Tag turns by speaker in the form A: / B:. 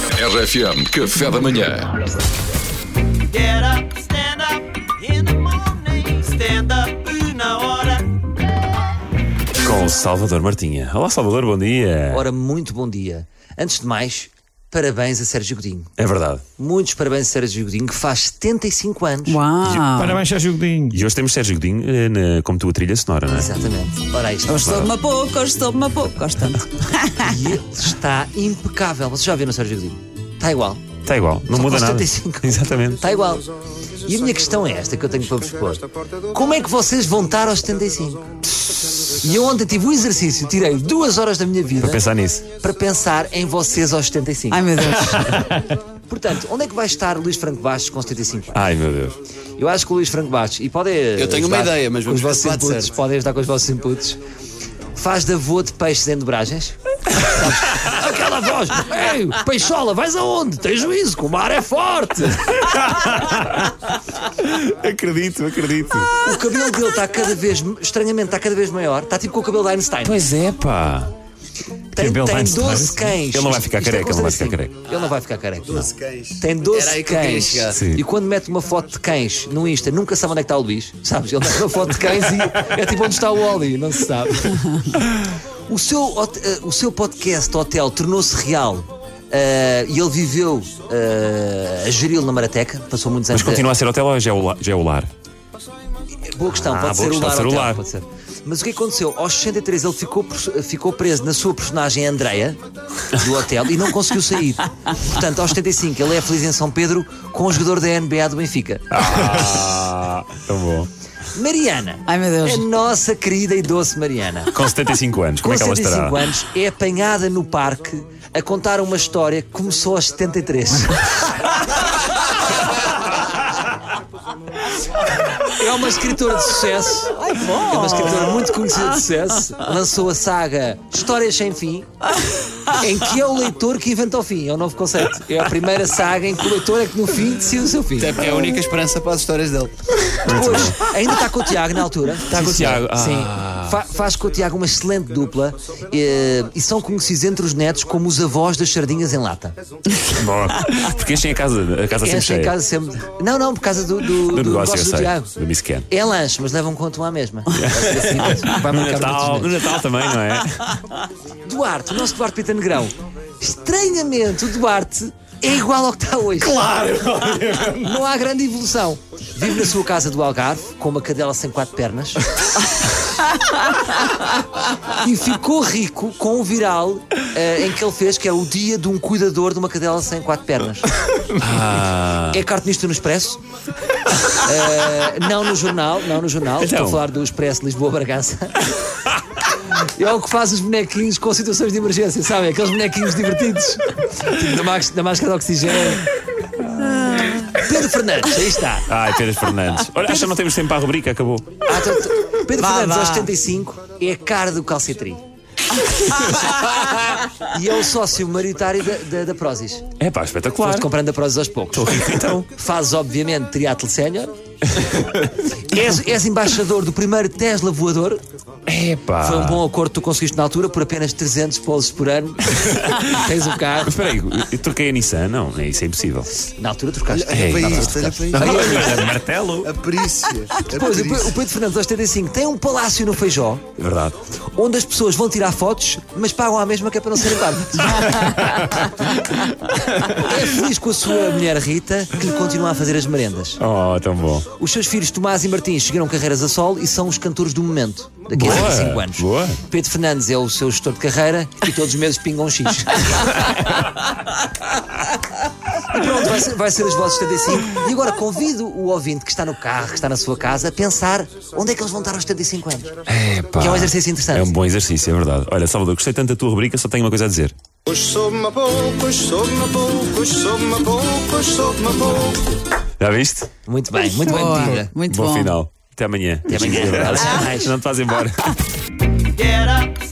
A: RFM, café da manhã.
B: Get up, stand up in the morning. Stand up na hora.
C: Com Salvador Martinha. Olá, Salvador, bom dia.
D: Ora, muito bom dia. Antes de mais, parabéns a Sérgio Godinho.
C: É verdade.
D: Muitos parabéns a Sérgio Godinho, que faz 75 anos.
E: Uau!
F: Parabéns, Sérgio
D: Hum.
F: Godinho.
C: E hoje temos Sérgio Godinho eh, na- como tua trilha sonora, não é?
D: Exatamente. Ora, isto.
E: Soube-me a pouco, hoje soube-me a pouco. Gosto tanto.
D: E ele está impecável. Vocês já viram o Sérgio Godinho? Está igual.
C: Está Tá igual, não
D: Só
C: muda
D: com
C: nada.
D: 75.
C: Exatamente.
D: Está igual. E a minha questão é esta que eu tenho para vos pôr. Como é que vocês vão estar aos 75? E eu ontem tive um exercício, tirei duas horas da minha vida
C: Vou pensar nisso.
D: para pensar em vocês aos 75.
E: Ai meu Deus.
D: Portanto, onde é que vai estar Luís Franco Bastos com 75
C: Ai, meu Deus.
D: Eu acho que o Luís Franco Bastos, e pode. Eu
G: tenho uma ideia, mas vamos
D: os vossos
G: falar de
D: inputs,
G: certo.
D: podem ajudar com os vossos inputs. Faz de avô de peixes em dobragens. Sabes? Aquela voz, ei, peixola, vais aonde? Tens juízo, que o mar é forte.
C: Acredito, acredito.
D: O cabelo dele está cada vez, estranhamente, está cada vez maior. Está tipo com o cabelo de Einstein.
C: Pois é, pá.
D: tem,
C: cabelo de
D: tem
C: Einstein.
D: 12 cães.
C: Ele não vai ficar
D: Isto é
C: careca, ele não vai ficar
D: constante,
C: careca.
D: sim. Ele não vai ficar careca. 12 cães. Tem 12
G: Era aí que eu queria
D: cães.
G: chegar.
C: Sim.
D: E quando mete uma foto de cães no Insta, nunca sabe onde é que está o Luís. Sabes? Ele mete uma foto de cães e é tipo onde está o Oli, não se sabe. O seu, hot- eh, o seu podcast Hotel tornou-se real. eh, e ele viveu eh, a geril na Marateca, passou muitos anos.
C: Mas continua a ser hotel ou já é o lar? Já é o lar?
D: Boa questão,
C: Ah, boa
D: pode ser o
C: questão,
D: lar.
C: ser o
D: hotel,
C: lar.
D: pode ser. Mas o que aconteceu? Aos 63 ele ficou, pres- ficou preso na sua personagem Andreia do hotel e não conseguiu sair. Portanto, aos 75 ele é feliz em São Pedro com o jogador da NBA do Benfica.
C: Ah, tão bom.
D: Mariana.
E: Ai, meu Deus.
D: A nossa querida e doce Mariana.
C: Com 75 anos, como
D: com
C: é que ela estará?
D: 75 anos é apanhada no parque a contar uma história que começou aos 73. É uma escritora de sucesso. Ai, bom. É uma escritora muito conhecida de sucesso. Lançou a saga Histórias Sem Fim, em que é o leitor que inventa o fim. É um novo conceito. É a primeira saga em que o leitor é que no fim decide o seu fim.
G: Até porque é a única esperança para as histórias dele.
D: Depois, ainda está com o Tiago na altura. Está
C: com o Tiago, ah.
D: Sim. Fa- faz com o Tiago uma excelente dupla eh, e são conhecidos entre os netos como os avós das sardinhas em lata.
C: Bom, porque enchem a casa, a casa sempre
D: Enchem
C: cheia.
D: a casa sempre. Não, não, por causa do, do,
C: Do negócio,
D: do
C: eu
D: negócio do
C: sei.
D: Tiago.
C: Do Miss Ken.
D: É lanche, mas levam conto à mesma. Vai ser assim, vai- vai
C: No
D: marcar
C: Natal,
D: muitos
C: no
D: netos.
C: Natal também, não é?
D: Duarte, o nosso Duarte Pita Negrão. Estranhamente, o Duarte é igual ao que está hoje. Claro! Não há grande evolução. Vive na sua casa do Algarve, com uma cadela sem quatro pernas. e ficou rico com um viral eh, em que ele fez, que é o dia de um cuidador de uma cadela sem quatro pernas. É cartunista no Expresso? Eh, não no jornal, não no jornal. Estou
C: Então.
D: a falar do Expresso Lisboa-Bragança. É o que faz os bonequinhos com situações de emergência, sabem? Aqueles bonequinhos divertidos. Tipo da, max- da máscara de oxigênio.
E: Ah.
D: Pedro Fernandes, aí está.
C: Ai, Pedro Fernandes. Olha, acho que não temos tempo para a rubrica, acabou.
D: Ah, então, tu- Pedro
E: Vá,
D: Fernandes,
E: vá.
D: aos 75, é a cara do calcetri. e é o sócio maritário da, da, da Prozis.
C: É pá, espetacular.
D: Foste comprando a Prozis aos poucos.
C: Então,
D: Fazes, obviamente, triatlo sénior. és, és embaixador do primeiro Tesla voador.
C: é pá.
E: Ah.
D: Foi um bom acordo que tu conseguiste na altura por apenas 300 polos por ano. Tens um carro.
C: Espera aí, eu troquei a Nissan? Não, é isso é impossível.
D: Na altura trocaste.
C: Ei,
G: para
C: tá bem.
G: isto, olha para isto.
C: Martelo?
G: A perícia. A
D: Depois, o Pe-
G: perícia.
D: o Pedro Fernandes, aos 35, tem um palácio no Feijó
C: É Verdade.
D: onde as pessoas vão tirar fotos, mas pagam à mesma que é para não serem parvos. é feliz com a sua mulher Rita, que lhe continua a fazer as merendas.
C: Oh, tão bom.
D: Os seus filhos Tomás e Martins seguiram carreiras a sol e são os cantores do momento, daqui a
C: Boa,
D: 25 anos.
C: boa.
D: Pedro Fernandes é o seu gestor de carreira e todos os meses pingam um X. e pronto, vai ser, vai ser os vossos 75. E agora convido o ouvinte que está no carro, que está na sua casa, a pensar onde é que eles vão estar aos 75 anos.
C: É pá.
D: Que é um exercício interessante.
C: É um bom exercício, é verdade. Olha, Salvador, gostei tanto da tua rubrica, só tenho uma coisa a dizer.
G: Hoje soube-me a pouco, hoje soube-me a pouco, hoje soube-me a pouco, hoje soube-me a pouco.
C: Já viste?
D: Muito bem, muito bem
E: Boa,
D: medida.
E: Muito bom.
C: final. Até amanhã. Até
D: amanhã.
C: Não te vais embora.
B: Get up,